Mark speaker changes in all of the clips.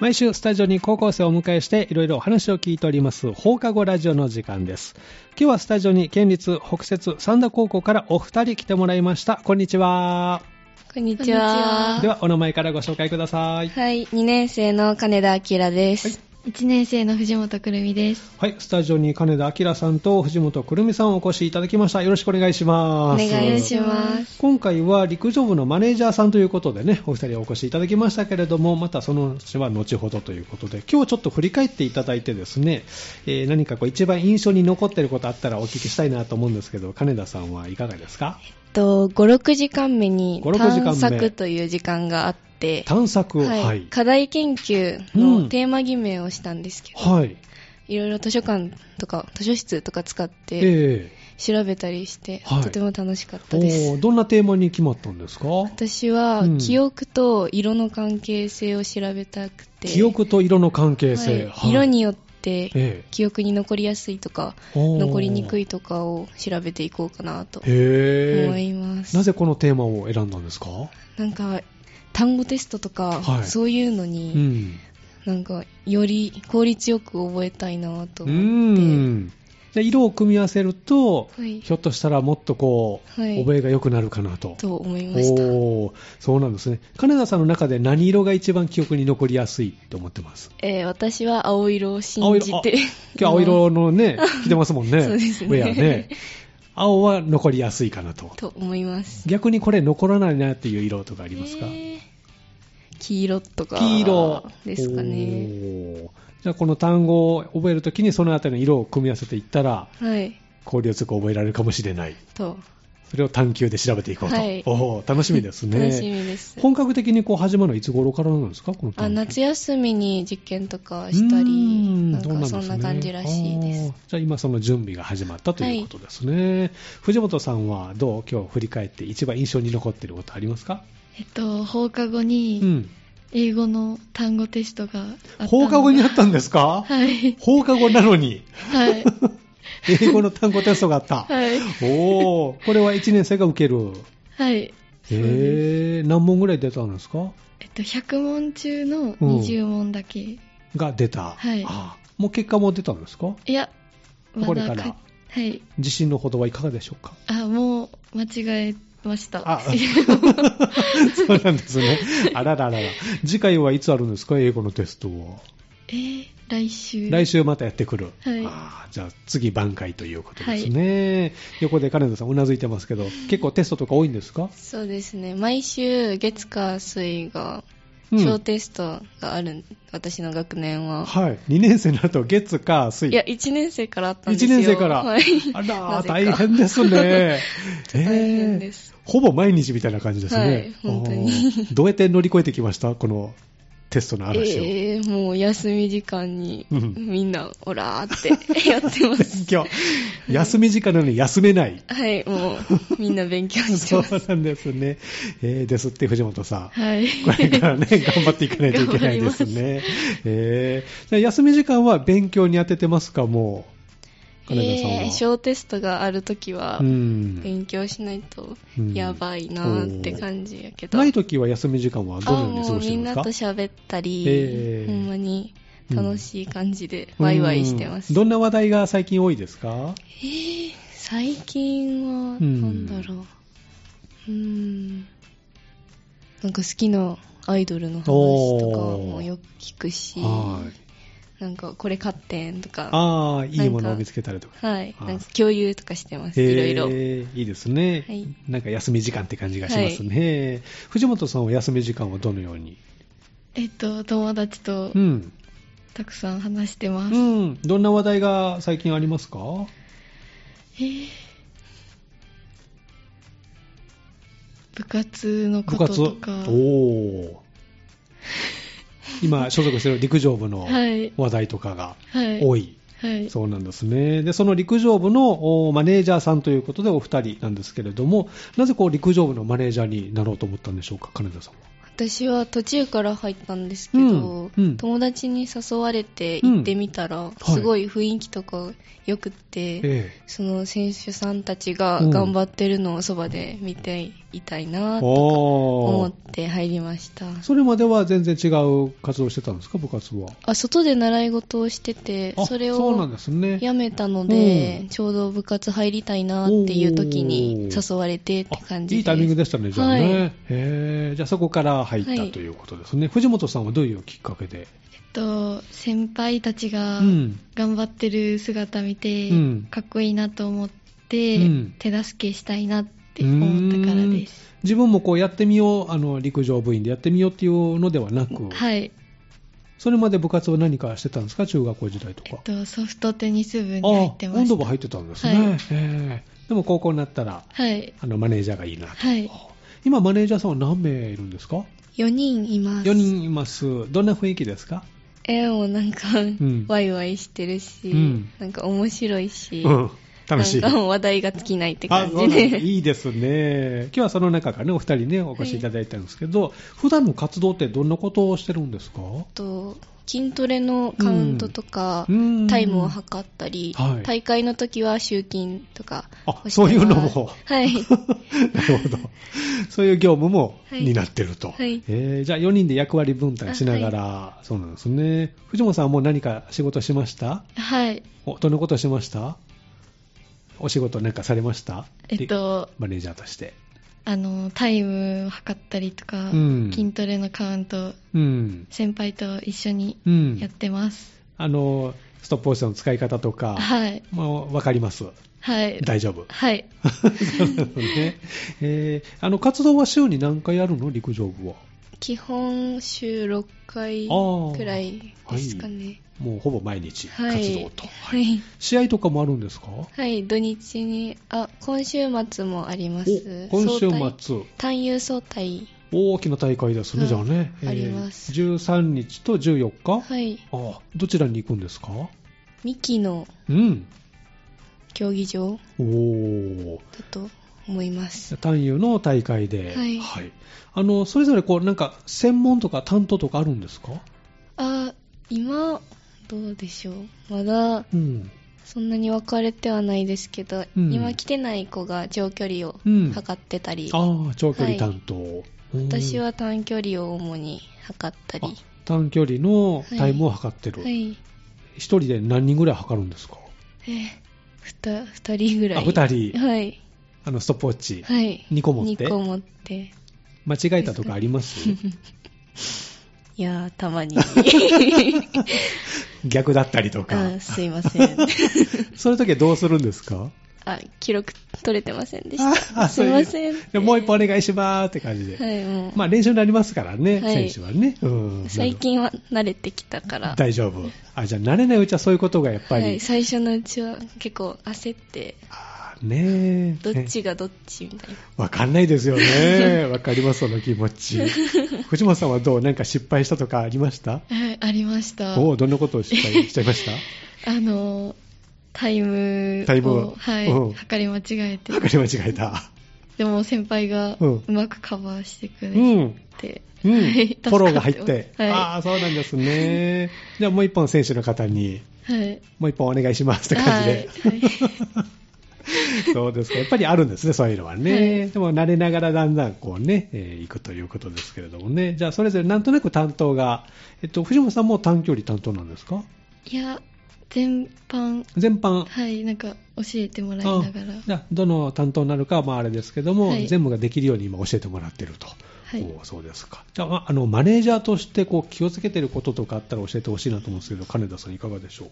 Speaker 1: 毎週スタジオに高校生をお迎えしていろいろお話を聞いております放課後ラジオの時間です今日はスタジオに県立北摂三田高校からお二人来てもらいましたこんにちは
Speaker 2: こんにちは。
Speaker 1: ではお名前からご紹介ください
Speaker 2: はい、2年生の金田明です。
Speaker 3: 1年生の藤本くるみです。
Speaker 1: はい、スタジオに金田明さんと藤本くるみさんをお越しいただきました。よろしくお願いし
Speaker 2: お
Speaker 1: ます。
Speaker 2: 願いします。
Speaker 1: 今回は陸上部のマネージャーさんということでね、お二人お越しいただきましたけれども、またその話は後ほどということで、今日ちょっと振り返っていただいてですね、えー何かこう一番印象に残っていることあったらお聞きしたいなと思うんですけど、金田さんはいかがですか
Speaker 2: えっと、5、6時間目に
Speaker 1: 5 6時間目
Speaker 2: 探索という時間があって、
Speaker 1: 探索を、
Speaker 2: は
Speaker 1: はいい。
Speaker 2: 課題研究
Speaker 1: うん
Speaker 2: のテーマ決めをしたんですけど、
Speaker 1: はい。
Speaker 2: いろいろ図書館とか図書室とか使って
Speaker 1: え
Speaker 2: 調べたりして、
Speaker 1: はい
Speaker 2: とても楽しかっ
Speaker 1: え
Speaker 2: たです
Speaker 1: おー。どんなテーマに決まったんですか
Speaker 2: 私は、
Speaker 1: うん
Speaker 2: 記憶と色の関係性を調べたくて、
Speaker 1: 記憶と色の関係性。
Speaker 2: はい
Speaker 1: はい
Speaker 2: 色によって
Speaker 1: ええ
Speaker 2: 記憶に残りやすいとか、
Speaker 1: おー
Speaker 2: 残りにくいとかを調べていこうかなと
Speaker 1: へ
Speaker 2: 思い
Speaker 1: え。
Speaker 2: ます。
Speaker 1: なぜこのテーマを選んだんですか、
Speaker 2: なんか、単語テストとか、
Speaker 1: はい
Speaker 2: そういうの
Speaker 1: う
Speaker 2: に、
Speaker 1: ん。
Speaker 2: なんか、より効率よく覚えたいなと
Speaker 1: う
Speaker 2: 思って、
Speaker 1: ん。で色を組み合わせると、
Speaker 2: はい
Speaker 1: ひょっとしたらもっとこう、
Speaker 2: はい
Speaker 1: 覚えが良くなるかなと。
Speaker 2: と思いました。
Speaker 1: おーそうなんですね。金田さんの中で何色が一番記憶に残りやすいと思ってます
Speaker 2: えー私は青色を信じて、
Speaker 1: 今日青色のね、着てますもんね。
Speaker 2: そうです
Speaker 1: ウ
Speaker 2: ね
Speaker 1: ェアね。青は残りやすいかなと。
Speaker 2: と思います。
Speaker 1: 逆にこれ残らないなっていう色とかありますか、
Speaker 2: えー黄色とか
Speaker 1: 黄色
Speaker 2: ですかね。
Speaker 1: おーじゃあこの単語を覚えるときにそのあたりの色を組み合わせていったら
Speaker 2: はい。
Speaker 1: 効率よく覚えられるかもしれない
Speaker 2: と、
Speaker 1: それを探求で調べていこうと、
Speaker 2: はい
Speaker 1: おー楽しみですね
Speaker 2: 楽しみです。
Speaker 1: 本格的にこう始まるのはいつ頃からなんですかこの探
Speaker 2: あ
Speaker 1: 究
Speaker 2: 夏休みに実験とかしたり、
Speaker 1: う
Speaker 2: なんかそんな感じらしいです。
Speaker 1: あーじゃあ今その準備が始まったということですね、藤本さんはどう今日振り返って一番印象に残っていることありますか、
Speaker 3: えっと、放課後
Speaker 1: う
Speaker 3: に
Speaker 1: ん、
Speaker 3: 英語の単語テストがあったの
Speaker 1: 放課後にあったんですか、
Speaker 3: はい。
Speaker 1: 放課後なの に
Speaker 3: はい。
Speaker 1: 英語の単語テストがあった、
Speaker 3: はい。
Speaker 1: おおこれは1年生が受ける
Speaker 3: はい。そうで
Speaker 1: へ
Speaker 3: す
Speaker 1: え何問ぐらい出たんですか
Speaker 3: えっと、100問中の20問だけ。い
Speaker 1: が出た、
Speaker 3: はい
Speaker 1: あーもう結果も出たんですか
Speaker 3: や、
Speaker 1: こ
Speaker 3: ま
Speaker 1: れ
Speaker 3: だ
Speaker 1: から
Speaker 3: はい。
Speaker 1: 自信のほどはいかがでしょうか
Speaker 3: あ、もう間違えました。
Speaker 1: あ そうなんですね。あらららら。次回はいつあるんですか英語のテストを。
Speaker 3: えー、来週。
Speaker 1: 来週またやってくる。
Speaker 3: はい
Speaker 1: あーじゃあ次挽回ということですね。横で金田さんうなずいてますけど、結構テストとか多いんですか
Speaker 2: そうですね。毎週月火水が
Speaker 1: うん
Speaker 2: 小テストがある、私の学年は。
Speaker 1: はい。2年生になると月、火、水。
Speaker 2: いや、1年生からあったんです
Speaker 1: 1
Speaker 2: よ。
Speaker 1: 年生から。
Speaker 2: はい。
Speaker 1: あ
Speaker 2: な
Speaker 1: らー、
Speaker 2: ぜか
Speaker 1: 大変 ですね。
Speaker 2: 大変です
Speaker 1: えーほぼ毎日みたいな感じですね。
Speaker 2: はい本当に
Speaker 1: あーどうやって乗り越えてきましたこのテストの嵐 を。
Speaker 2: えー、もう休み時間に
Speaker 1: うん
Speaker 2: みんな、オラーって やってます。
Speaker 1: 勉強。休み時間なのに休めない。
Speaker 2: はい、もうみんな勉強して
Speaker 1: そ
Speaker 2: ま
Speaker 1: う
Speaker 2: す。
Speaker 1: なんですね。えーですって、藤本さん。
Speaker 3: はい。
Speaker 1: これからね、頑張っていかないといけないですね。えーじゃあ休み時間は勉強に当ててますか、もう。金田さんは。
Speaker 2: えー、小テストがあるときは
Speaker 1: う、ん。
Speaker 2: 勉強しないと
Speaker 1: うん
Speaker 2: やばいなーって感じやけど。
Speaker 1: ない時は休み時間はどのように過ごして
Speaker 2: あもうみん
Speaker 1: ます
Speaker 2: な
Speaker 1: か
Speaker 2: と喋ったり、
Speaker 1: ええ
Speaker 2: ほんまに楽しい感じでワイワイしてます、
Speaker 1: うんどんな話題が最近多いですか
Speaker 2: えー最近は
Speaker 1: うん
Speaker 2: なんだろううーんなんか好きなアイドルの話とかもよく聞くし
Speaker 1: はい。
Speaker 2: なんかこれ買ってんとか
Speaker 1: ああ、いいものを見つけたりとか。
Speaker 2: はい
Speaker 1: あー
Speaker 2: なんか共有とかしてます
Speaker 1: へ
Speaker 2: いろ
Speaker 1: ー
Speaker 2: いろ
Speaker 1: いいですね、
Speaker 2: はい
Speaker 1: なんか休み時間って感じがしますね。藤本さんは休み時間はどのように
Speaker 3: えっと、友達と
Speaker 1: うん。
Speaker 3: たくさん話して
Speaker 1: う
Speaker 3: ます。
Speaker 1: ん。どんな話題が最近ありますか
Speaker 3: えー部活の
Speaker 1: 部
Speaker 3: こ
Speaker 1: 活。
Speaker 3: とと
Speaker 1: お
Speaker 3: か、
Speaker 1: ー今、所属している陸上部の
Speaker 3: はい
Speaker 1: 話題とかが
Speaker 3: はい、
Speaker 1: 多
Speaker 3: い、
Speaker 1: い。
Speaker 3: はい、
Speaker 1: そうなんですね。で、その陸上部のおマネージャーさんということでお二人なんですけれども、なぜこう陸上部のマネージャーになろうと思ったんでしょうか、金田さんは。
Speaker 2: 私は途中から入ったんですけど、
Speaker 1: うんうん
Speaker 2: 友達に誘われて行ってみたら、
Speaker 1: い
Speaker 2: すごい雰囲気とか良くって、
Speaker 1: ええ
Speaker 2: その選手さんたちが頑張ってるのをそばで見ていたいなと思
Speaker 1: お
Speaker 2: っ
Speaker 1: ー
Speaker 2: て入りました
Speaker 1: それまでは全然違う活動してたんですか、部活は。
Speaker 2: あ外で習い事をしてて
Speaker 1: あ
Speaker 2: それ
Speaker 1: そうな
Speaker 2: を
Speaker 1: んですね。
Speaker 2: やめたので、
Speaker 1: うん
Speaker 2: ちょうど部活入りたいなっていう時
Speaker 1: お
Speaker 2: に
Speaker 1: ー
Speaker 2: 誘われてって感じ
Speaker 1: あ
Speaker 2: で
Speaker 1: いいタイミングでしたね、じゃあね。
Speaker 2: はい
Speaker 1: へーじゃあそこから入った
Speaker 2: はい
Speaker 1: ということですね。藤本さんはどういうきっかけで、
Speaker 3: えっと、先輩たちが
Speaker 1: うん
Speaker 3: 頑張ってる姿見て、
Speaker 1: うん
Speaker 3: かっこいいなと思って、
Speaker 1: うん
Speaker 3: 手助けしたいなって思ったからです。
Speaker 1: 自分もこうやってみよう、あの陸上部員でやってみようっていうのではなく、
Speaker 3: はい。
Speaker 1: それまで部活は何かしてたんですか、中学校時代と
Speaker 3: えっ
Speaker 1: か。
Speaker 3: と、ソフトテニス部に入ってま
Speaker 1: 温
Speaker 3: し
Speaker 1: 度
Speaker 3: た。
Speaker 1: 部入ってたんですね。
Speaker 3: はい
Speaker 1: へーでも高校になったら、
Speaker 3: はい。
Speaker 1: あのマネージャーがいいなと。
Speaker 3: はい。
Speaker 1: 今、マネージャーさんは何名いるんですか
Speaker 2: 4人います
Speaker 1: ?4 人います。どんな雰囲気ですか
Speaker 2: えーもうなんか、
Speaker 1: ん
Speaker 2: ワイワイしてるし、
Speaker 1: うん
Speaker 2: なんか面白いし、
Speaker 1: うん、楽しい。
Speaker 2: なんかもう話題が尽きないって
Speaker 1: あ
Speaker 2: 感
Speaker 1: そう
Speaker 2: じ
Speaker 1: なん
Speaker 2: で。
Speaker 1: いいですね。今日はその中からね、お二人ね、お越しいただいたんですけど、普段の活動ってどんなことをしてるんですか
Speaker 2: と筋トレのカウントとか、
Speaker 1: うん
Speaker 2: タイムを測ったり、
Speaker 1: はい
Speaker 2: 大会の時は集金とかをして
Speaker 1: あそういうのも
Speaker 2: ますはい
Speaker 1: なるほど。そういう業務も
Speaker 3: はい
Speaker 1: 担ってると。
Speaker 2: はい
Speaker 1: えーじゃあ4人で役割分担しながら、そうなんですね。藤本さんはもう何か仕事しました
Speaker 3: はい。
Speaker 1: おどんなことしましたお仕事なんかされました
Speaker 3: えっと、
Speaker 1: マネージャーとして。
Speaker 3: あの、タイムを測ったりとか、
Speaker 1: うん
Speaker 3: 筋トレのカウント、
Speaker 1: うん。
Speaker 3: 先輩と一緒に
Speaker 1: うん。
Speaker 3: やってます。
Speaker 1: あの、ストップウォッチの使い方とか、
Speaker 3: はい。
Speaker 1: もうわかります。
Speaker 3: はい。
Speaker 1: 大丈夫。
Speaker 3: はい。
Speaker 1: そう なのね。えーあの、活動は週に何回やるの陸上部は。
Speaker 2: 基本週6回
Speaker 1: あー
Speaker 2: くらいですかね
Speaker 1: もうほぼ毎日活
Speaker 2: はい
Speaker 1: 動と。
Speaker 2: はい、
Speaker 1: 試合とかもあるんですか
Speaker 2: はい土日にあ今週末もあります
Speaker 1: お今週
Speaker 2: 総体
Speaker 1: 末、
Speaker 2: 単遊総体
Speaker 1: 大きな大会ですね、
Speaker 2: はい
Speaker 1: じゃあね。
Speaker 2: あります
Speaker 1: 13日と14日、
Speaker 2: はい
Speaker 1: ああどちらに行くんですか
Speaker 2: ミキの
Speaker 1: うん。
Speaker 2: 競技場
Speaker 1: おー。
Speaker 2: だと思います
Speaker 1: 単遊の大会で、
Speaker 2: はい
Speaker 1: あのそれぞれこうなんか専門とか担当とかあるんですか、
Speaker 2: あ今どうでしょうまだ
Speaker 1: うん、
Speaker 2: そんなに分かれてはないですけど、
Speaker 1: うん
Speaker 2: 今来てない子が長距離を
Speaker 1: うん
Speaker 2: 測ってたり、
Speaker 1: ああ長距離担当、うん
Speaker 2: 私は短距離を主に測った
Speaker 1: あ
Speaker 2: り、
Speaker 1: 短距離のタイムを測ってる、
Speaker 2: はい、
Speaker 1: 一人で何人ぐらい測るんですか
Speaker 2: えーふた二人ぐらい。
Speaker 1: あ二人
Speaker 2: はい。
Speaker 1: あのストップウォッチ、
Speaker 2: はい。
Speaker 1: 2個持って
Speaker 2: 二個持って。
Speaker 1: 間違えたとかあります
Speaker 2: いやー、た まに。
Speaker 1: 逆だったりとか
Speaker 2: あすいません。
Speaker 1: そういう時はどうするんです か
Speaker 2: あ、記録取れてませんで
Speaker 1: あ
Speaker 2: し
Speaker 1: あ
Speaker 2: た。すいません。
Speaker 1: そういうもう一歩お願いしますって感じで、
Speaker 2: はい、もう。
Speaker 1: まあ練習になりますからね、
Speaker 2: はい
Speaker 1: 選手はね、うん、
Speaker 2: 最近は慣れてきたから。
Speaker 1: 大丈夫あじゃあ慣れないうちはそういうことがやっぱり、
Speaker 2: はい、最初のうちは結構焦って、
Speaker 1: あーねえ
Speaker 2: どっちがどっちみたいな。
Speaker 1: わかんないですよねわかりますその気持ち藤本さんはどうなんか失敗したとかありました
Speaker 3: はい ありました。
Speaker 1: おおどんなことを失敗しちゃいました
Speaker 3: あの、タイムを、
Speaker 1: タイムを
Speaker 3: はい、
Speaker 1: うん
Speaker 3: 測り間違えて
Speaker 1: わ、かり間違えた
Speaker 3: でも先輩が
Speaker 1: うん
Speaker 3: うまくカバーしてく
Speaker 1: う
Speaker 3: れ
Speaker 1: ん
Speaker 3: て、
Speaker 1: うん、
Speaker 3: はい
Speaker 1: フォローが入っ
Speaker 3: 助
Speaker 1: て
Speaker 3: か、ます
Speaker 1: あ
Speaker 3: は
Speaker 1: あ、そうなんですね。じゃあもう一本選手の方に、
Speaker 3: い。はい。
Speaker 1: もう一本お願いしますって感じで。
Speaker 3: はいはい
Speaker 1: そうですか。やっぱりあるんですね、そういうのはね。でも慣れながらだんだんこうね、えー行くということですけれどもね。じゃあそれぞれなんとなく担当が、えっと、藤本さんも短距離担当なんですか
Speaker 3: いや、全般、
Speaker 1: 全般。
Speaker 3: はい、なんか教えてもらいながら
Speaker 1: あ、じゃあどの担当になるかはまああれですけども、
Speaker 3: はい
Speaker 1: 全部ができるように今教えてもらってると。
Speaker 3: はい
Speaker 1: おーそうですか。じゃあまあ、あの、マネージャーとしてこう気をつけてることとかあったら教えてほしいなと思うんですけど、金田さんいかがでしょ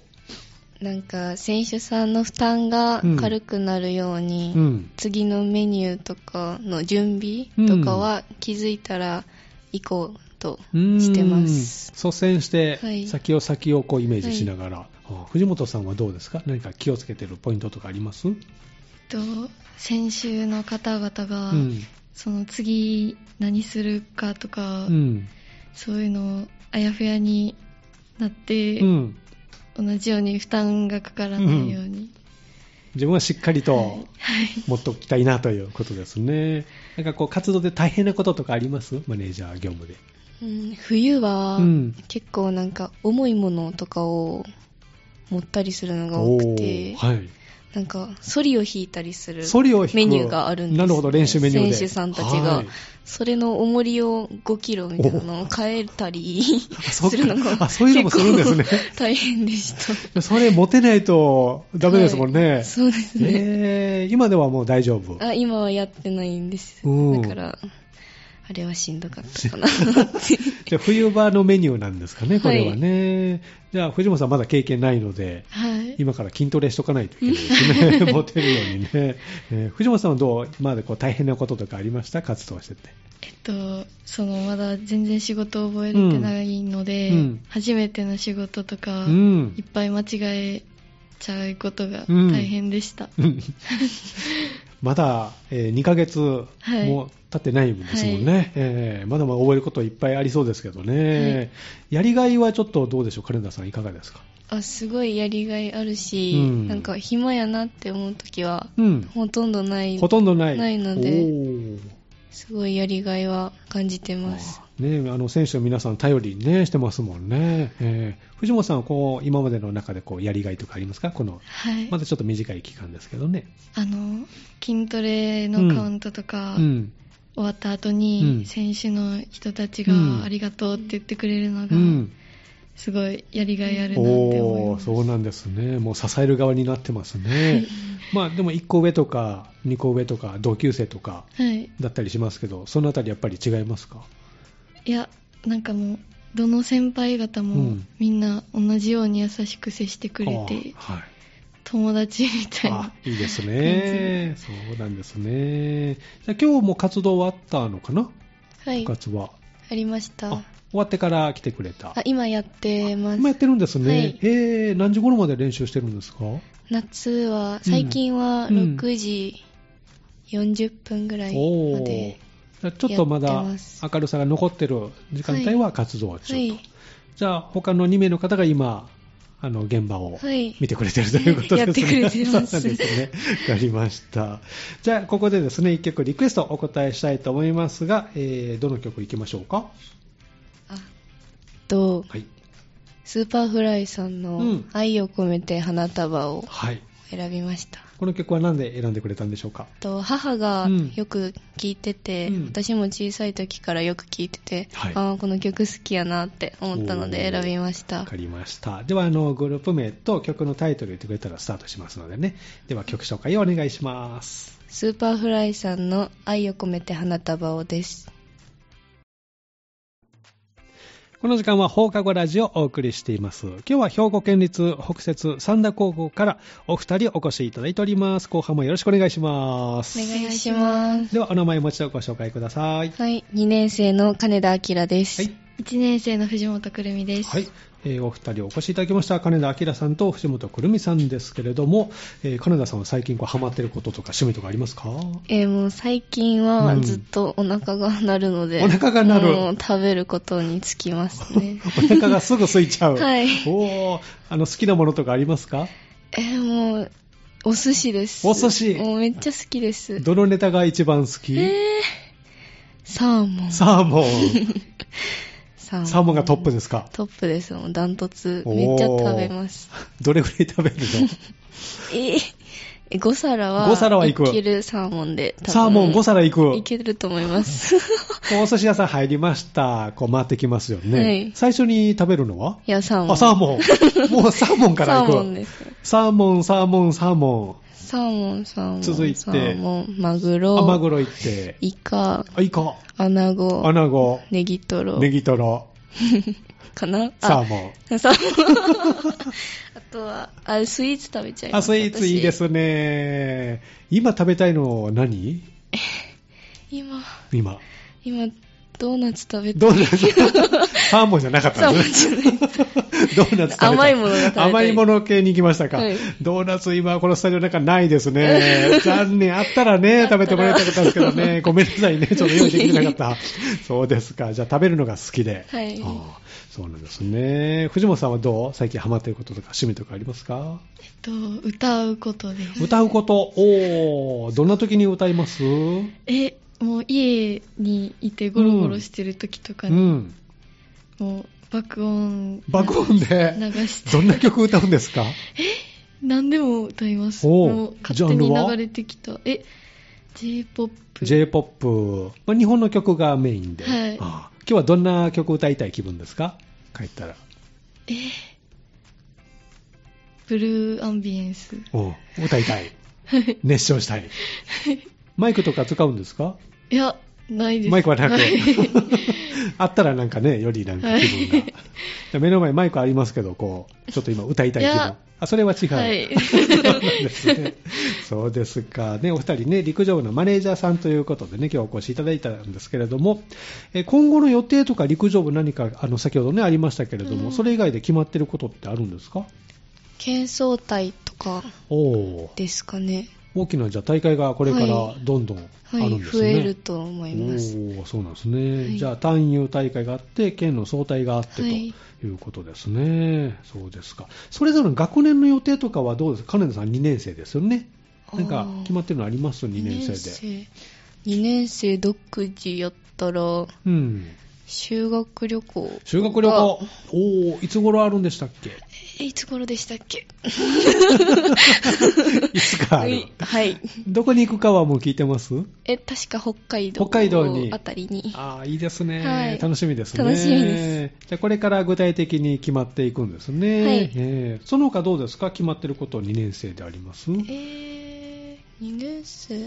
Speaker 2: なんか、選手さんの負担が軽くなるように、
Speaker 1: ううん。
Speaker 2: 次のメニューとかの準備とかは気づいたら行こうとしてます。
Speaker 1: 率先して
Speaker 2: はい
Speaker 1: 先を先をこうイメージしながら、あ藤本さんはどうですか何か気をつけてるポイントとかあります、
Speaker 3: えっと、先週の方々が、
Speaker 1: うん
Speaker 3: その次何するかとか、
Speaker 1: うん
Speaker 3: そういうのをあやふやになって、
Speaker 1: うん、
Speaker 3: 同じように負担がかからないように、
Speaker 1: 自分はしっかりと持っておきたいなということですね、なんかこう活動で大変なこととかありますマネージャー業務で、
Speaker 2: うん冬は
Speaker 1: うん
Speaker 2: 結構なんか重いものとかを持ったりするのが多くて、
Speaker 1: おーはい
Speaker 2: なんか、ソリを引いたりする
Speaker 1: ソリを引く
Speaker 2: メニューがあるんですよ
Speaker 1: な
Speaker 2: ね、
Speaker 1: るほど練習メニューで
Speaker 2: 選手さんたちが、
Speaker 1: はい
Speaker 2: それの重りを5キロみたいなのを変えたり
Speaker 1: そっか
Speaker 2: するのが
Speaker 1: あそういうのもするんですね
Speaker 2: 結構大変でした。
Speaker 1: それ持てないとダメですもんね。
Speaker 2: はいそうですね。
Speaker 1: えー今ではもう大丈夫。
Speaker 2: あ今はやってないんです。
Speaker 1: うん
Speaker 2: だから、あれはしんどかったかなって。
Speaker 1: じゃあ冬場のメニューなんですかね、これはね。じゃあ藤本さんまだ経験ないので、
Speaker 3: はい。
Speaker 1: 今から筋トレしとかないといけないですね。持てるようにね。えー藤本さんはどう今までこう大変なこととかありました活動してて。
Speaker 3: えっと、そのまだ全然仕事覚えれてないので、
Speaker 1: うんうん
Speaker 3: 初めての仕事と
Speaker 1: う
Speaker 3: か、
Speaker 1: ん
Speaker 3: いっ。ぱい間違えちゃうことが
Speaker 1: うん
Speaker 3: 大変でした。
Speaker 1: うん まだ、え2ヶ月
Speaker 3: はい
Speaker 1: も経ってないんですもんね、えーまだまだ覚えることいっぱいありそうですけどね、
Speaker 3: は
Speaker 1: やりがいはちょっとどうでしょう、カレンダーさん、いかがですか。
Speaker 2: あすごいやりがいあるし、
Speaker 1: うん
Speaker 2: なんか暇やなって思うときは、
Speaker 1: うん、
Speaker 2: ほとんどない
Speaker 1: ほとんどない、
Speaker 2: ないので
Speaker 1: おー
Speaker 2: すごいやりがいは感じてます。
Speaker 1: ね、あの選手の皆さん、頼りに、ね、してますもんね、えー藤本さんはこう今までの中でこうやりがいとかありますか、この
Speaker 3: はい
Speaker 1: ま。だちょっと短い期間ですけどね。
Speaker 3: あの、筋トレのカウントとか、
Speaker 1: うん
Speaker 3: 終わった後
Speaker 1: うん
Speaker 3: に、選手の人たち
Speaker 1: うん
Speaker 3: がありがとうって言ってくれるの
Speaker 1: う
Speaker 3: が、
Speaker 1: ん、
Speaker 3: すごいやりがいあるなって思い
Speaker 1: お
Speaker 3: ま
Speaker 1: ー
Speaker 3: す。
Speaker 1: そうなんですね、もう支える側になってますね、まあでも1個上とか2個上とか同級生とか
Speaker 3: はい。
Speaker 1: だったりしますけど、そのあたりやっぱり違いますか、
Speaker 3: いや、なんかもう、どの先輩方
Speaker 1: う
Speaker 3: も
Speaker 1: ん
Speaker 3: みんな同じように優しく接してくれて、
Speaker 1: あーはい、
Speaker 3: 友達みたいな
Speaker 1: あ。いいですね、そうなんですね、じゃあ今日も活動終わったのかな、
Speaker 2: はい
Speaker 1: 部、活は。
Speaker 2: ありました。
Speaker 1: あ
Speaker 2: あ
Speaker 1: 終わってから来てくれた。
Speaker 2: 今やってます
Speaker 1: 今。やってるんですね。
Speaker 2: はい
Speaker 1: えー、何時頃まで練習してるんですか
Speaker 2: 夏は、最近は
Speaker 1: うん
Speaker 2: 6時40分ぐらい
Speaker 1: お
Speaker 2: ま
Speaker 1: ー
Speaker 2: で。
Speaker 1: じゃあちょっとま
Speaker 2: やっ
Speaker 1: だ
Speaker 2: てます
Speaker 1: 明るさが残ってる時間帯は活動中と、
Speaker 2: はい。
Speaker 1: じゃあ他の2名の方が今あの現場を
Speaker 2: はい。
Speaker 1: 見てくれてるということですね、
Speaker 2: やってくれてます
Speaker 1: そうなんですねわかりましたじゃあここでですね1曲リクエストお答えしたいと思いますが、えーどの曲いきましょうか
Speaker 2: あと、
Speaker 1: はい、
Speaker 2: スーパーフライさん
Speaker 1: う
Speaker 2: の
Speaker 1: ん
Speaker 2: 愛を込めて花束を
Speaker 1: はい、
Speaker 2: 選びました。
Speaker 1: この曲は何で選んでくれたんでしょうか
Speaker 2: と母が
Speaker 1: うん
Speaker 2: よく聴いてて、
Speaker 1: うん
Speaker 2: 私も小さい時からよく聴いてて、
Speaker 1: はい
Speaker 2: ああこの曲好きやなって思ったので選びまし
Speaker 1: わ
Speaker 2: た
Speaker 1: かりましたではあのグループ名と曲のタイトル言ってくれたらスタートしますのでねでは曲紹介をお願いします
Speaker 2: スーパーフライさんの「愛を込めて花束を」です
Speaker 1: この時間は放課後ラジオをお送りしています。今日は兵庫県立北摂三田高校からお二人お越しいただいております。後半もよろしくお願いします。
Speaker 2: お願いします
Speaker 1: ではお名前もう一度ご紹介ください。
Speaker 2: はい2年生の金田明です、
Speaker 1: はい。
Speaker 3: 1年生の藤本くるみです。
Speaker 1: はい。えーお二人お越しいただきました金田明さんと藤本くるみさんですけれども、えー金田さんは最近こうハマってることとか趣味とかありますか
Speaker 2: えーもう最近
Speaker 1: う
Speaker 2: は
Speaker 1: ん
Speaker 2: ずっとお腹が鳴るので、
Speaker 1: お腹が鳴る
Speaker 2: もう食べることにつきま すね
Speaker 1: お腹がすぐ空いちゃう。
Speaker 2: はい
Speaker 1: おーあの好きなものとかありますか
Speaker 2: えーもうお寿司です
Speaker 1: お寿司
Speaker 2: もうめっちゃ好きです
Speaker 1: どのネタが一番好き、
Speaker 2: サーモン
Speaker 1: サー モン。
Speaker 2: サーモン
Speaker 1: サーモンがトップですか
Speaker 2: トップですもん、ダントツ。
Speaker 1: おー
Speaker 2: めっちゃ食べます。
Speaker 1: どれぐらい食べる の
Speaker 2: えー、5皿は、
Speaker 1: 5皿はいく
Speaker 2: けるサーモンで。多分
Speaker 1: サーモン5皿いく。
Speaker 2: いけると思い ます。い
Speaker 1: お寿司屋さん入りました。こう回ってきますよね。
Speaker 2: はい
Speaker 1: 最初に食べるのは
Speaker 2: や、サーモン。
Speaker 1: あ、サーモン。 もうサーモンから
Speaker 2: サ
Speaker 1: い
Speaker 2: ー
Speaker 1: く。
Speaker 2: モンです。
Speaker 1: サーモン、サーモン、サーモ
Speaker 2: サーモン、サーモン。
Speaker 1: 続いて
Speaker 2: サーモン、マグ
Speaker 1: ン。
Speaker 2: ロ。
Speaker 1: あマグロいって。
Speaker 2: イカ、
Speaker 1: あ、イカ。
Speaker 2: アナゴ、
Speaker 1: アナゴ。
Speaker 2: ネギトロ。
Speaker 1: ネギトロ。
Speaker 2: かな
Speaker 1: サー
Speaker 2: モ
Speaker 1: モン。
Speaker 2: ン。サーモン。 あとは、あ、スイーツ食べちゃい
Speaker 1: あ、
Speaker 2: ます。
Speaker 1: スイーツいいで
Speaker 2: 私。
Speaker 1: すね。今食べたいのは何
Speaker 2: 今、
Speaker 1: 今。
Speaker 2: 今、ドーナツ食べて
Speaker 1: ドーナツ。 サーモンじゃなかっ
Speaker 2: サ
Speaker 1: た
Speaker 2: ー
Speaker 1: ん
Speaker 2: モ
Speaker 1: で
Speaker 2: ン
Speaker 1: すね。
Speaker 2: じゃないです。
Speaker 1: ドーナツ食べたい
Speaker 2: 甘いものが食べたい
Speaker 1: 甘いもの系に行きましたか、
Speaker 2: はい
Speaker 1: ドーナツ今このスタジオの中ないですね 残念あったらね食べてもらいたかったんですけどねごめんなさいねちょっと用意できてなか ったそうですかじゃあ食べるのが好きで、
Speaker 2: はい
Speaker 1: ああそうなんですね藤本さんはどう最近ハマってることとか趣味とかありますか
Speaker 3: えっと、歌うことです。
Speaker 1: 歌うことおーどんな時に歌いますう
Speaker 3: え、もう家にいてゴロゴロしてる時とかに、
Speaker 1: ん
Speaker 3: もう爆音
Speaker 1: 爆音で
Speaker 3: 流して、
Speaker 1: どんな曲歌うんですか
Speaker 3: 何でも歌います。
Speaker 1: おう
Speaker 3: もう
Speaker 1: ジ
Speaker 3: 勝
Speaker 1: ャ
Speaker 3: 手
Speaker 1: ンル
Speaker 3: に
Speaker 1: は
Speaker 3: 流れてきた。え、J-POP。
Speaker 1: J-POP、まあ、日本の曲がメインで、
Speaker 3: はい
Speaker 1: ああ今日はどんな曲歌いたい気分ですか帰ったら、
Speaker 3: え、ブルーアンビエンス。
Speaker 1: うん歌いたい熱唱したいマイクとか使うんですか
Speaker 3: いや、ないです。
Speaker 1: マイクはなく、
Speaker 3: い
Speaker 1: あったらなんかねよりなんか気分が、
Speaker 3: はい
Speaker 1: じゃあ目の前マイクありますけどこうちょっと今歌いたい気
Speaker 3: い
Speaker 1: 分
Speaker 3: や
Speaker 1: あそれは違う、
Speaker 3: はい。
Speaker 1: そうですね。 そうですか。ね、お二人ね、陸上部のマネージャーさんということでね、今日お越しいただいたんですけれども、え今後の予定とか陸上部何か、あの、先ほどね、ありましたけれども、
Speaker 2: うん
Speaker 1: それ以外で決まってることってあるんですか
Speaker 2: 喧騒隊とか
Speaker 1: おおー。
Speaker 2: ですかね。
Speaker 1: 大きな、じゃあ大会がこれから
Speaker 2: は
Speaker 1: どんどんあ
Speaker 2: は
Speaker 1: る
Speaker 2: い、
Speaker 1: んです
Speaker 2: 増
Speaker 1: ね。
Speaker 2: えると思います。
Speaker 1: おお、そうなんですね。
Speaker 2: はい
Speaker 1: じゃあ、単有大会があって、県の総体があってと
Speaker 3: はい
Speaker 1: いうことですね。そうですか。それぞれの学年の予定とかはどうですか金田さん2年生ですよね。なんか
Speaker 2: あー
Speaker 1: 決まってるのあります ?2 年生で。
Speaker 2: で。2年生独自やったら、
Speaker 1: うん。
Speaker 2: 修学旅行。
Speaker 1: 修学旅
Speaker 2: が
Speaker 1: 行。おお、いつ頃あるんでしたっ け
Speaker 3: え、いつ頃でしたっけ
Speaker 1: いつかある。
Speaker 2: はい。
Speaker 1: どこに行くかはもう聞いてます
Speaker 2: え、確か北海道。
Speaker 1: 北海道に
Speaker 2: あたりに。
Speaker 1: ああ、いいですね、
Speaker 2: はい
Speaker 1: 楽しみですね。
Speaker 2: 楽しみで
Speaker 1: じゃあ、これから具体的に決まっていくんですね。
Speaker 2: はい
Speaker 1: えーその他どうですか決まってること2年生であります
Speaker 2: えー、2年生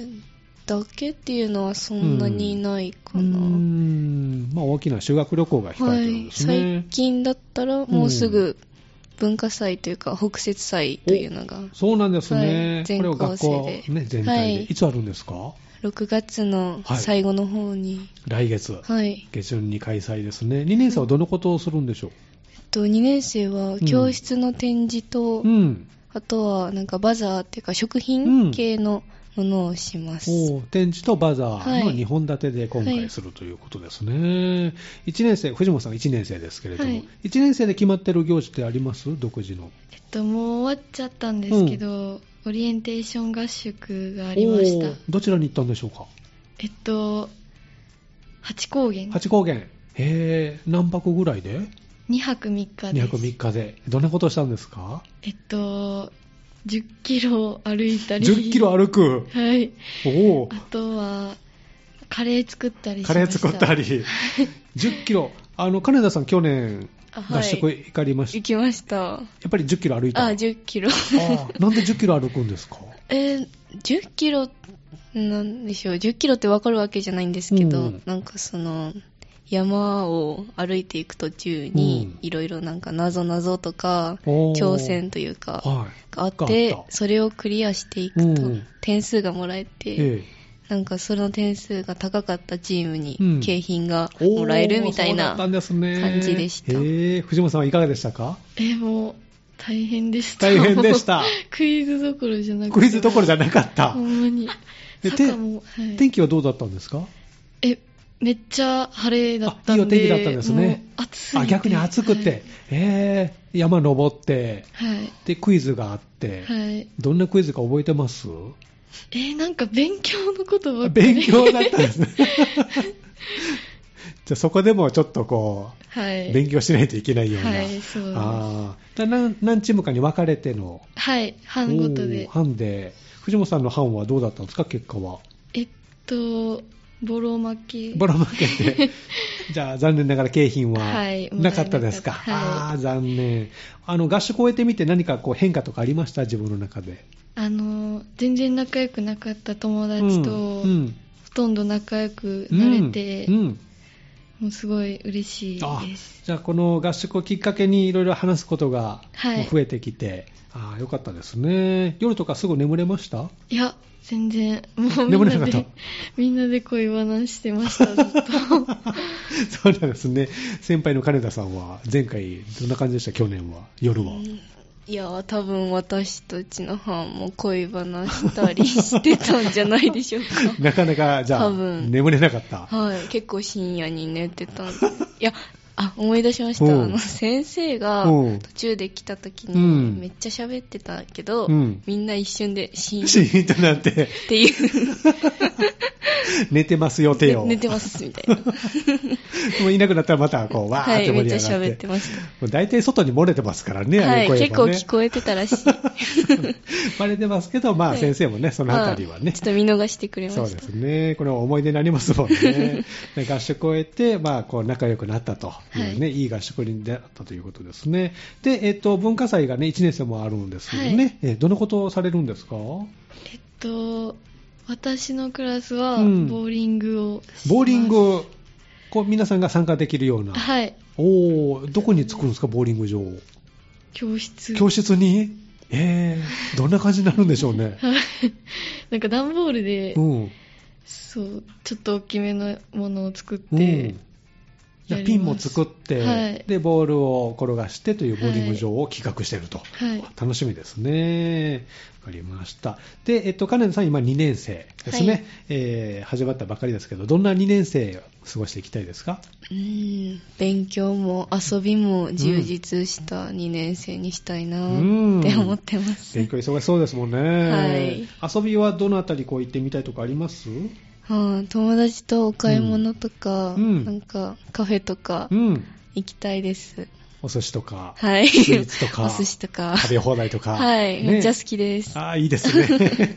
Speaker 2: だけっていうのはそんなにないかな。
Speaker 1: うーんまあ、大きな修学旅行が控
Speaker 2: は
Speaker 1: えてるん
Speaker 2: い、
Speaker 1: ですね。
Speaker 2: 最近だったらもうすぐ文化祭というか北節祭というのが
Speaker 1: そうなんですね。
Speaker 2: はい全
Speaker 1: これを学校、
Speaker 2: 校生で
Speaker 1: ね、全体で、
Speaker 2: はい
Speaker 1: い。つあるんですか
Speaker 2: 6月の最後の方に、
Speaker 1: 来月、
Speaker 2: はい
Speaker 1: 下旬に開催ですね。2年生はどのことをするんでしょ
Speaker 2: えっと、2年生は教室の展示と、
Speaker 1: ううん。
Speaker 2: あとはなんかバザーっていうか食
Speaker 1: うん
Speaker 2: 品系のものをします、
Speaker 1: おー展示とバザー
Speaker 2: は
Speaker 1: の
Speaker 2: い
Speaker 1: 2本立てで今
Speaker 2: は
Speaker 1: 回
Speaker 2: い
Speaker 1: するということですね。一1年生、藤本さん1年生ですけれども、
Speaker 3: はい
Speaker 1: 1年生で決まってる行事ってあります独自の。
Speaker 3: えっと、もう終わっちゃったんですけど、オリエンテーション合宿がありました
Speaker 1: おー。どちらに行ったんでしょうか
Speaker 3: えっと、八高原。
Speaker 1: 八高原。へー何泊ぐらいで
Speaker 3: 2泊3日
Speaker 1: ?2
Speaker 3: です。
Speaker 1: 泊3日で。どんなことしたんですか
Speaker 3: えっと、10キロ歩いたり。
Speaker 1: 10キロ歩く。
Speaker 3: はい。
Speaker 1: おお
Speaker 3: あ。とは、カレー作ったりし
Speaker 1: カ
Speaker 3: ました。
Speaker 1: レー作ったり。。10キロ。あの、金田さん去年
Speaker 2: あは
Speaker 1: 合
Speaker 2: い
Speaker 1: 宿行かれました。
Speaker 2: 行きました
Speaker 1: やっぱり10キロ歩いた。
Speaker 2: あ10キロ
Speaker 1: あーなんで10キロ歩くんですか
Speaker 2: えー、10キロなんでしょう10キロって分かるわけじゃないんですけど、
Speaker 1: うん
Speaker 2: なんかその山を歩いていく途中に
Speaker 1: うん
Speaker 2: いろいろなんか謎謎とか
Speaker 1: おー
Speaker 2: 挑戦というか
Speaker 1: は
Speaker 2: があっ
Speaker 1: があ
Speaker 2: て
Speaker 1: った
Speaker 2: それをクリアしていくと
Speaker 1: うん
Speaker 2: 点数がもらえ
Speaker 1: い。
Speaker 2: て
Speaker 1: え
Speaker 2: なんかその点数が高かったチーム
Speaker 1: うん
Speaker 2: に景品が
Speaker 1: え
Speaker 2: もらえるみたい
Speaker 1: おーそうだっ
Speaker 2: な
Speaker 1: たんですね
Speaker 2: 感じでした
Speaker 1: ええ藤本さんはいかがでしたか
Speaker 3: え、もう、大変でした。
Speaker 1: 大変でし。た。
Speaker 3: クイズどころじゃなくて。
Speaker 1: クイズどころじゃなかった
Speaker 3: ほ。んまに。
Speaker 1: で
Speaker 3: 坂も、はい。
Speaker 1: 天気はどうだったんですか
Speaker 3: え、めっちゃ晴れだっ
Speaker 1: あ
Speaker 3: たんで。
Speaker 1: いいお天気だったんですね
Speaker 3: もう暑すぎ
Speaker 1: あ
Speaker 3: て
Speaker 1: 逆に暑くて、ええ山登って、
Speaker 3: はい。
Speaker 1: で、クイズがあって、
Speaker 3: はい。はい
Speaker 1: どんなクイズか覚えてます
Speaker 3: えーなんか勉強のことばっかり。
Speaker 1: 勉強だったん ですね。じゃあそこでもちょっとこ
Speaker 3: はい。
Speaker 1: う、勉強しないといけないような。
Speaker 3: はい、そうです。
Speaker 1: あーじゃあ何何チームかに分かれての
Speaker 3: はい、班ごとで
Speaker 1: おー。班で藤本さんの班はどうだったんですか結果は
Speaker 3: えっと、ボロ負け。
Speaker 1: ボロ負け てじゃあ残念ながら景品は
Speaker 3: はい
Speaker 1: なかったですか、
Speaker 3: もらえなかった
Speaker 1: あ
Speaker 3: はい
Speaker 1: あ残念あの合宿終えてみて何かこう変化とかありました自分の中で
Speaker 3: あの、全然仲良くなかった友達と、
Speaker 1: うん
Speaker 3: ほとんど仲良く
Speaker 1: うん
Speaker 3: なれて、
Speaker 1: うんうん
Speaker 3: もうすごい嬉しい
Speaker 1: あ
Speaker 3: です。
Speaker 1: じゃあこの合宿をきっかけにいろいろ話すことが
Speaker 3: はい
Speaker 1: もう増えてきて、ああよかったですね夜とかすぐ眠れました
Speaker 3: いや、全然、もうみ
Speaker 1: 眠
Speaker 3: ん
Speaker 1: れな
Speaker 3: な
Speaker 1: かった
Speaker 3: で、 みんなで恋話してました、ずっと。
Speaker 1: そうなんですね。先輩の金田さんは、前回、どんな感じでした、去年は、夜は。
Speaker 2: いやー多分私たちの班も恋話したりしてたんじゃないでしょうか
Speaker 1: なかなか、じゃあ、
Speaker 2: 多分
Speaker 1: 眠れなかった。
Speaker 2: はい、結構深夜に寝てたんで。いや、あ、思い出しました。
Speaker 1: うん
Speaker 2: あの、先生が
Speaker 1: うん
Speaker 2: 途中で来た時
Speaker 1: うん
Speaker 2: に、めっちゃ喋ってたけど、
Speaker 1: うん
Speaker 2: みんな一瞬でシー ン
Speaker 1: シーンとなって、
Speaker 2: っていう。
Speaker 1: 寝てますよ、手を。
Speaker 2: ね寝てますみ たいな。
Speaker 1: もういなくなったらまたこう、わー
Speaker 2: は
Speaker 1: って
Speaker 2: い、
Speaker 1: 盛
Speaker 2: め
Speaker 1: り
Speaker 2: っちゃ
Speaker 1: 上がって。
Speaker 2: 喋ってました。
Speaker 1: もう大体外に漏れてますからね、
Speaker 2: はい、
Speaker 1: ああいう声
Speaker 2: 結構
Speaker 1: がね
Speaker 2: 聞こえてたらしい。
Speaker 1: バレてますけ ど、まあ
Speaker 2: はい
Speaker 1: 先生もね、 そのあたりは
Speaker 2: ま
Speaker 1: ね
Speaker 2: あち。ょっと見逃してくれま
Speaker 1: そう
Speaker 2: し
Speaker 1: で
Speaker 2: た。
Speaker 1: すね。これは思い出になりますもん ね。で合宿を終えて、まあ、こう、仲良くなったというね、、
Speaker 2: はい
Speaker 1: い合宿に出会ったということですね。で、えっと、文化祭がね、1年生もあるんですけどね、
Speaker 3: はい
Speaker 1: えどのことをされるんですか
Speaker 3: えっと、私のクラスは、
Speaker 1: うん
Speaker 3: ボーリングをします
Speaker 1: ボーリングを、こう、皆さんが参加できるような。
Speaker 3: はい、
Speaker 1: おーどこに作るんですか、ボーリング場。
Speaker 3: 教室。
Speaker 1: 教室にえー、どんな感じになるんでしょうね。
Speaker 3: はい なんか段ボールで、
Speaker 1: うん。
Speaker 3: そう、ちょっと大きめのものを作っ
Speaker 1: うん
Speaker 3: て、
Speaker 1: じゃあ
Speaker 3: やりま
Speaker 1: ピ
Speaker 3: す
Speaker 1: ンも作って、
Speaker 3: はい
Speaker 1: でボールを転がしてというボーリング場を企画していると、
Speaker 3: はい。
Speaker 1: 楽しみですね。わかりました。で、えっと、金田さん、今2年生ですね、
Speaker 2: はい
Speaker 1: えー始まったばかりですけど、どんな2年生を過ごしていきたいですか
Speaker 2: うん、勉強も遊びも充実した2年生にしたいな
Speaker 1: うん
Speaker 2: って思ってます。
Speaker 1: 勉強忙しそうですもんね。
Speaker 2: はい
Speaker 1: 遊びはどのあたりこう行ってみたいとかあります
Speaker 2: はい友達とお買い物とか、
Speaker 1: うんうん
Speaker 2: なんかカフェとか
Speaker 1: うん。
Speaker 2: 行きたいです。
Speaker 1: お寿司とか、
Speaker 2: はい。
Speaker 1: スイーツとか
Speaker 2: お寿司とか。
Speaker 1: 食べ放題とか。
Speaker 2: はい、
Speaker 1: ね
Speaker 2: めっちゃ好きです。
Speaker 1: ああ、いいです ね。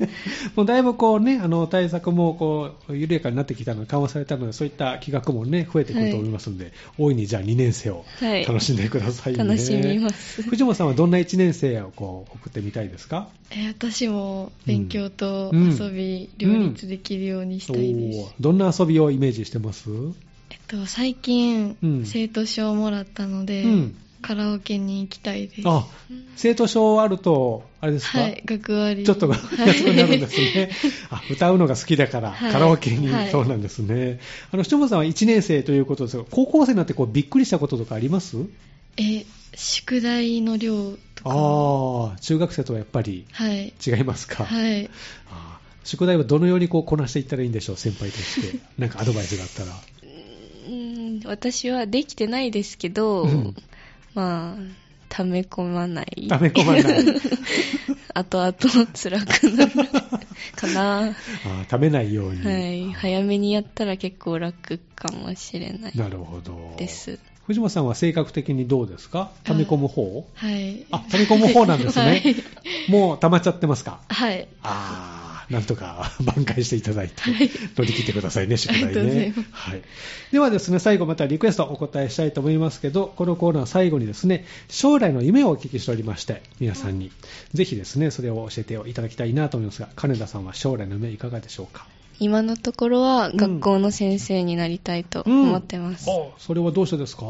Speaker 1: もうだいぶこうね、あの、対策もこう、緩やかになってきたので、緩和されたので、そういった企画もね、増えてくると思いますので、大いにじゃあ2年生を
Speaker 2: はい
Speaker 1: 楽しんでくださいね。
Speaker 2: 楽しみます。
Speaker 1: 藤本さんはどんな1年生をこう、送ってみたいですか
Speaker 3: え私も勉強と
Speaker 1: うん
Speaker 3: 遊び、両立できるようにしたいです。
Speaker 1: おーどんな遊びをイメージしてます
Speaker 3: えっと、最近、
Speaker 1: うん
Speaker 3: 生徒賞をもらったので、
Speaker 1: うん
Speaker 3: カラオケに行きたいです。
Speaker 1: あ、生徒賞あると、あれですか、
Speaker 3: はい、学割。
Speaker 1: ちょっとが
Speaker 3: はい
Speaker 1: 安くなるんですね。 あ、歌うのが好きだから、
Speaker 3: はい
Speaker 1: カラオケに、
Speaker 3: はい
Speaker 1: そうなんですね。あの、市長さんは1年生ということですが、高校生になってこうびっくりしたこととかあります
Speaker 3: え、宿題の量とか。
Speaker 1: ああ、中学生とはやっぱり
Speaker 3: はい。
Speaker 1: 違いますか。
Speaker 3: はい。
Speaker 1: あー宿題はどのようにこうこなしていったらいいんでしょう、先輩と して。なんかアドバイスがあったら。
Speaker 2: うん私はできてないですけど、
Speaker 1: うん
Speaker 2: まあ、溜め込まない。
Speaker 1: ダメ困らない。
Speaker 2: 後々辛くなるかな。
Speaker 1: あー食べないように。
Speaker 2: はい。早めにやったら結構楽かもしれない
Speaker 1: なるほど。
Speaker 2: です。
Speaker 1: 藤本さんは性格的にどうですか溜め込む方
Speaker 3: はい。
Speaker 1: あ、溜め込む方なんですね。
Speaker 3: はい
Speaker 1: もう溜まっちゃってますか
Speaker 3: はい。
Speaker 1: ああ、なんとか 挽回していただいて、乗り切ってくださいね、宿
Speaker 3: あ
Speaker 1: 題
Speaker 3: りがとうござい
Speaker 1: ね
Speaker 3: ます。
Speaker 1: はい。ではですね、最後またリクエストお答えしたいと思いますけど、このコーナー最後にですね、将来の夢をお聞きしておりまして、皆さんに、ぜひですね、それを教えていただきたいなと思いますが、金田さんは将来の夢いかがでしょうか
Speaker 2: 今のところは
Speaker 1: うん
Speaker 2: 学校の先生になりたいと思ってます。
Speaker 1: うんおそれはどうしてですか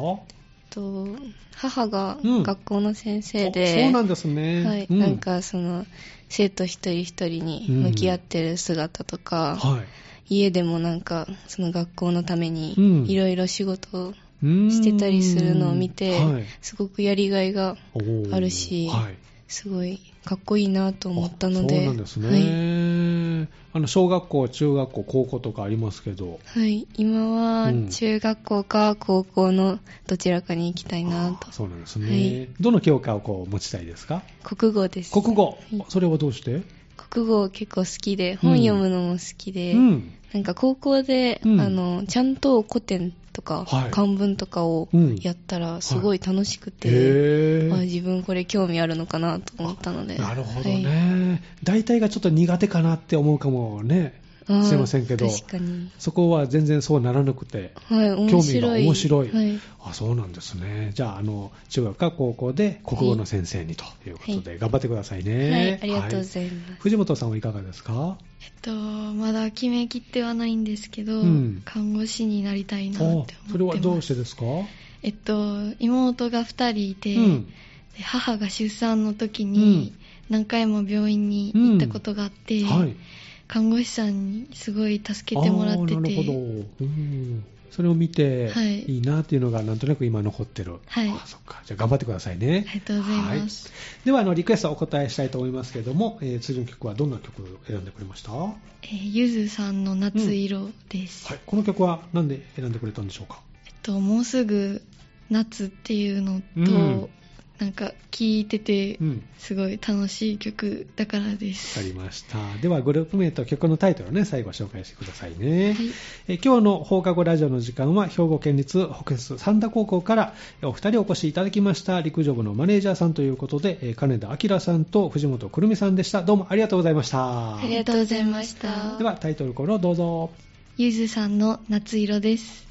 Speaker 2: と母が
Speaker 1: うん
Speaker 2: 学校の先生
Speaker 1: おそ
Speaker 2: で、
Speaker 1: うなんですね。
Speaker 2: はい、
Speaker 1: う
Speaker 2: なん、かその生徒一人一人に向き合ってる姿とか、
Speaker 1: はい。
Speaker 2: 家でもなんかその学校のために
Speaker 1: うん
Speaker 2: いろいろ仕事を
Speaker 1: うーん
Speaker 2: してたりするのを見て、
Speaker 1: はい
Speaker 2: すごくやりがいが
Speaker 1: おー
Speaker 2: あるし
Speaker 1: はい。
Speaker 2: すごいかっこいいなと思ったので
Speaker 1: あそうなんですね、
Speaker 2: はい
Speaker 1: あの小学校中学校高校とかありますけど
Speaker 2: はい、今
Speaker 1: う
Speaker 2: は
Speaker 1: ん
Speaker 2: 中学校か高校のどちらかに行きたいなと
Speaker 1: あ、そうなんですね、
Speaker 2: はい
Speaker 1: どの教科をこう持ちたいですか
Speaker 2: 国語です
Speaker 1: 国語、
Speaker 2: い
Speaker 1: それはどうして、
Speaker 2: 国語結構好きで本読むのも好きで、
Speaker 1: うん
Speaker 2: なんか高校で、
Speaker 1: うん
Speaker 2: あのちゃんと古典とか、
Speaker 1: はい
Speaker 2: 漢文とかを
Speaker 1: うん
Speaker 2: やったらすごい楽しく
Speaker 1: へ
Speaker 2: て、
Speaker 1: え
Speaker 2: あ自分これ興味あるのかなと思ったので
Speaker 1: なるほど
Speaker 2: はい
Speaker 1: ね、大体がちょっと苦手かなって思うかもね
Speaker 2: あー
Speaker 1: すいませんけど
Speaker 2: 確かに
Speaker 1: そこは全然そうならなくて
Speaker 2: はい
Speaker 1: 興味
Speaker 2: 面
Speaker 1: が
Speaker 2: 白い
Speaker 1: 面白い、
Speaker 2: はい、
Speaker 1: あそうなんですねじゃああの中学か高校で国語の先生にということで、頑張ってください
Speaker 2: はい
Speaker 1: ね、
Speaker 2: ありがとうござ
Speaker 1: はい
Speaker 2: ます、
Speaker 1: 藤本さんはいかがですか
Speaker 3: えっと、まだ決めきってはないんですけど、
Speaker 1: うん
Speaker 3: 看護師になりたいなって思
Speaker 1: あ
Speaker 3: ってます。
Speaker 1: それはどうしてですか、
Speaker 3: えっと、妹が2人いて、
Speaker 1: うん
Speaker 3: で母が出産の時に何回も病院に行ったことがあって、
Speaker 1: はい、
Speaker 3: 看護師さんにすごい助けてもらって
Speaker 1: あーなるほど、う
Speaker 3: て
Speaker 1: ん、それを見て、
Speaker 3: はい
Speaker 1: いなっていうのがなんとなく今残ってる、
Speaker 3: はい
Speaker 1: あそっかじゃあ頑張ってくださいね
Speaker 3: ありがとうございます、
Speaker 1: はいではあのリクエストお答えしたいと思いますけれども、えー次の曲はどんな曲を選んでくれました、は
Speaker 3: えーゆずさんの夏色です、
Speaker 1: い、この曲は何で選んでくれたんでしょうか
Speaker 3: えっと、もうすぐ夏っていうのと、
Speaker 1: うん
Speaker 3: なんか聴いてて
Speaker 1: うん
Speaker 3: すごい楽しい曲だからで
Speaker 1: わ
Speaker 3: す、
Speaker 1: かりました。では、グループ名と曲のタイトルをね、最後紹介してくださいね。
Speaker 3: はい
Speaker 1: え今日の放課後ラジオの時間は、兵庫県立北越三田高校からえお二人お越しいただきました、陸上部のマネージャーさんということで、え金田明さんと藤本くるみさんでした。どうもありがとうございました。
Speaker 3: ありがとうございまし
Speaker 2: ありがとうございました
Speaker 1: では、タイトルコールをどうぞ。
Speaker 3: ゆずさんの夏色です